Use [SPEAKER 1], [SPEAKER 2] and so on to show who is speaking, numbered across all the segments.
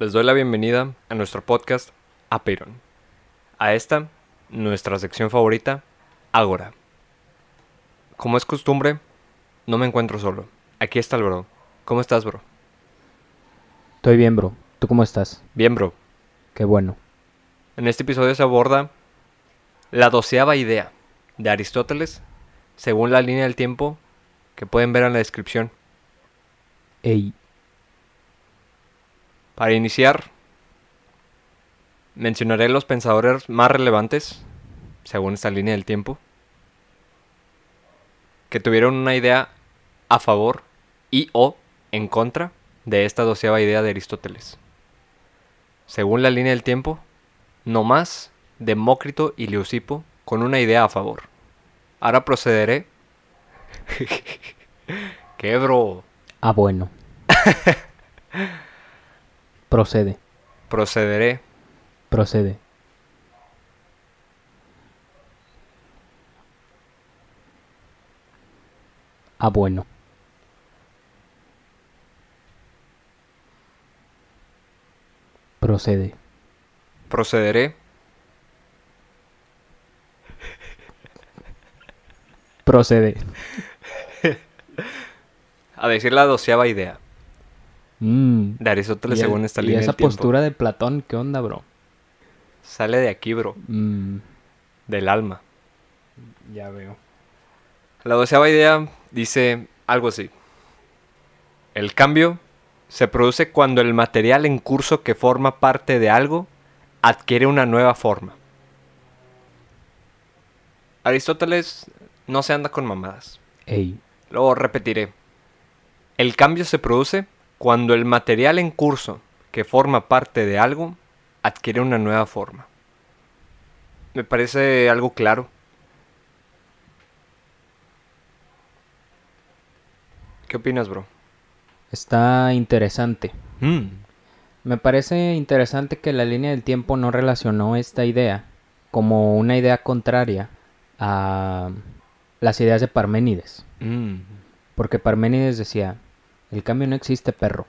[SPEAKER 1] Les doy la bienvenida a nuestro podcast Aperon. A esta, nuestra sección favorita, Ágora. Como es costumbre, no me encuentro solo. Aquí está el bro. ¿Cómo estás, bro?
[SPEAKER 2] Estoy bien, bro. ¿Tú cómo estás?
[SPEAKER 1] Bien, bro.
[SPEAKER 2] Qué bueno.
[SPEAKER 1] En este episodio se aborda la doceava idea de Aristóteles, según la línea del tiempo que pueden ver en la descripción.
[SPEAKER 2] Ey,
[SPEAKER 1] Para iniciar, mencionaré los pensadores más relevantes, según esta línea del tiempo, que tuvieron una idea a favor y o en contra de esta doceava idea de Aristóteles. Según la línea del tiempo, nomás Demócrito y Leucipo con una idea a favor. Ahora procederé... ¿Qué, bro?
[SPEAKER 2] ah, bueno. procede,
[SPEAKER 1] Procederé
[SPEAKER 2] procede. Ah, bueno. Procede,
[SPEAKER 1] Procederé
[SPEAKER 2] procede.
[SPEAKER 1] a decir la doceava idea
[SPEAKER 2] Mm.
[SPEAKER 1] de Aristóteles
[SPEAKER 2] Y el-
[SPEAKER 1] según esta
[SPEAKER 2] y
[SPEAKER 1] línea
[SPEAKER 2] esa
[SPEAKER 1] del tiempo.
[SPEAKER 2] postura de Platón, ¿qué onda, bro?
[SPEAKER 1] Sale de aquí, bro,
[SPEAKER 2] Mm,
[SPEAKER 1] del alma.
[SPEAKER 2] ya veo.
[SPEAKER 1] La doceava idea dice algo así. El cambio se produce cuando el material en curso que forma parte de algo adquiere una nueva forma. Aristóteles no se anda con mamadas.
[SPEAKER 2] Ey,
[SPEAKER 1] Lo repetiré. El cambio se produce cuando el material en curso que forma parte de algo adquiere una nueva forma. Me parece algo claro. ¿Qué opinas, bro?
[SPEAKER 2] está interesante. Me parece interesante que la línea del tiempo no relacionó esta idea como una idea contraria a las ideas de Parménides. Porque Parménides decía, el cambio no existe, perro.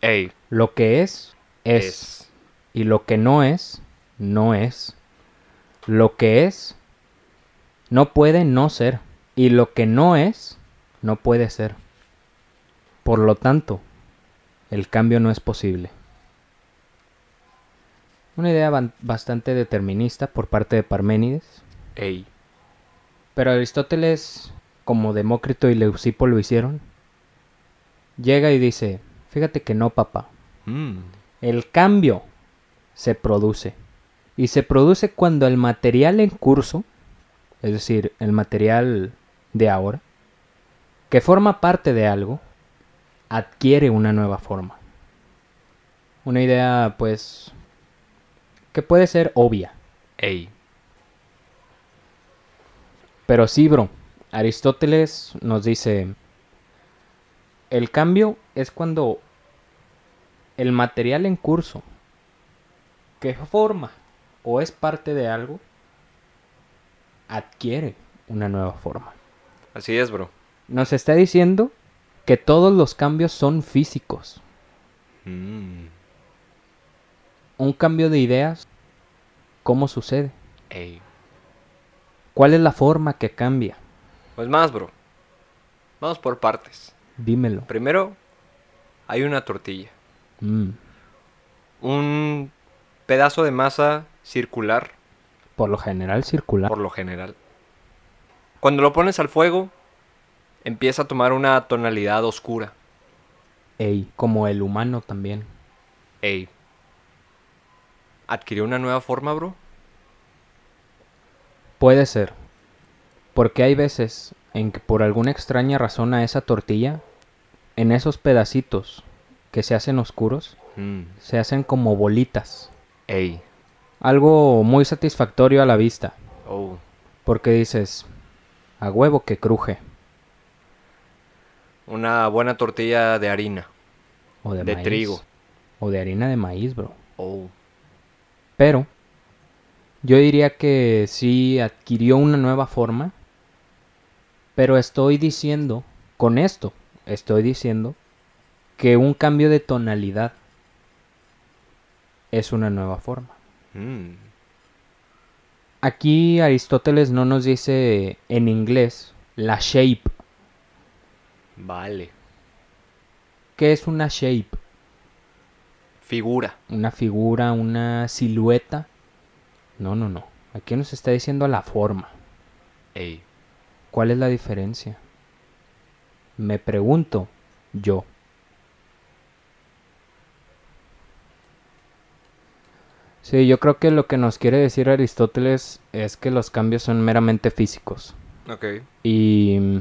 [SPEAKER 1] Ey,
[SPEAKER 2] Lo que es, es.
[SPEAKER 1] es.
[SPEAKER 2] Y lo que no es, no es. Lo que es, no puede no ser. Y lo que no es, no puede ser. Por lo tanto, el cambio no es posible. Una idea ban- bastante determinista por parte de Parménides.
[SPEAKER 1] Ey.
[SPEAKER 2] Pero Aristóteles, como Demócrito y Leucipo lo hicieron, llega y dice, fíjate que no, papá, el cambio se produce. Y se produce cuando el material en curso, es decir, el material de ahora, que forma parte de algo, adquiere una nueva forma. Una idea, pues, que puede ser obvia.
[SPEAKER 1] Ey.
[SPEAKER 2] Pero sí, bro, Aristóteles nos dice, el cambio es cuando el material en curso que forma o es parte de algo adquiere una nueva forma.
[SPEAKER 1] Así es, bro.
[SPEAKER 2] Nos está diciendo que todos los cambios son físicos. Un cambio de ideas, ¿cómo sucede?
[SPEAKER 1] Ey.
[SPEAKER 2] ¿Cuál es la forma que cambia?
[SPEAKER 1] Pues más, bro. Vamos por partes.
[SPEAKER 2] Dímelo.
[SPEAKER 1] Primero, hay una tortilla.
[SPEAKER 2] Mm,
[SPEAKER 1] un pedazo de masa circular,
[SPEAKER 2] Por lo general circular.
[SPEAKER 1] por lo general. Cuando lo pones al fuego, empieza a tomar una tonalidad oscura.
[SPEAKER 2] Ey, como el humano también.
[SPEAKER 1] Ey. ¿Adquirió una nueva forma, bro?
[SPEAKER 2] Puede ser. Porque hay veces en que por alguna extraña razón a esa tortilla, en esos pedacitos que se hacen oscuros, se hacen como bolitas.
[SPEAKER 1] Mm. Ey.
[SPEAKER 2] Algo muy satisfactorio a la vista,
[SPEAKER 1] Oh.
[SPEAKER 2] porque dices, a huevo que cruje,
[SPEAKER 1] Una buena tortilla de harina.
[SPEAKER 2] o de,
[SPEAKER 1] De
[SPEAKER 2] maíz,
[SPEAKER 1] trigo.
[SPEAKER 2] o de harina de maíz, bro.
[SPEAKER 1] Oh.
[SPEAKER 2] Pero yo diría que sí adquirió una nueva forma. Pero estoy diciendo, con esto, estoy diciendo que un cambio de tonalidad es una nueva forma.
[SPEAKER 1] Mm.
[SPEAKER 2] Aquí Aristóteles no nos dice en inglés la shape.
[SPEAKER 1] Vale.
[SPEAKER 2] ¿Qué es una shape?
[SPEAKER 1] Figura.
[SPEAKER 2] Una figura, una silueta. No, no, no. Aquí nos está diciendo la forma.
[SPEAKER 1] Ey.
[SPEAKER 2] ¿Cuál es la diferencia? Me pregunto yo. Sí, yo creo que lo que nos quiere decir Aristóteles es que los cambios son meramente físicos
[SPEAKER 1] Ok.
[SPEAKER 2] y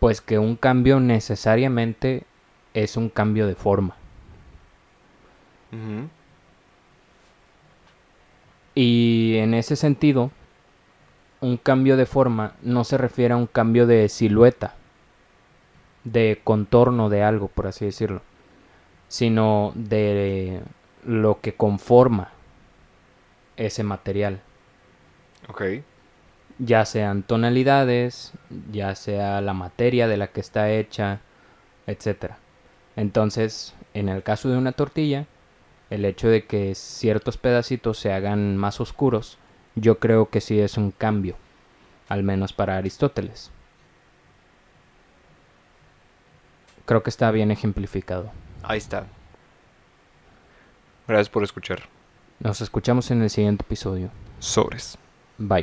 [SPEAKER 2] pues que un cambio necesariamente es un cambio de forma.
[SPEAKER 1] Ujú.
[SPEAKER 2] Y en ese sentido, un cambio de forma no se refiere a un cambio de silueta, de contorno de algo, por así decirlo, sino de lo que conforma ese material,
[SPEAKER 1] Ok.
[SPEAKER 2] ya sean tonalidades, ya sea la materia de la que está hecha, etcétera. Entonces, en el caso de una tortilla, el hecho de que ciertos pedacitos se hagan más oscuros, yo creo que sí es un cambio, al menos para Aristóteles. Creo que está bien ejemplificado.
[SPEAKER 1] Ahí está. Gracias por escuchar.
[SPEAKER 2] Nos escuchamos en el siguiente episodio.
[SPEAKER 1] Sobres.
[SPEAKER 2] Bye.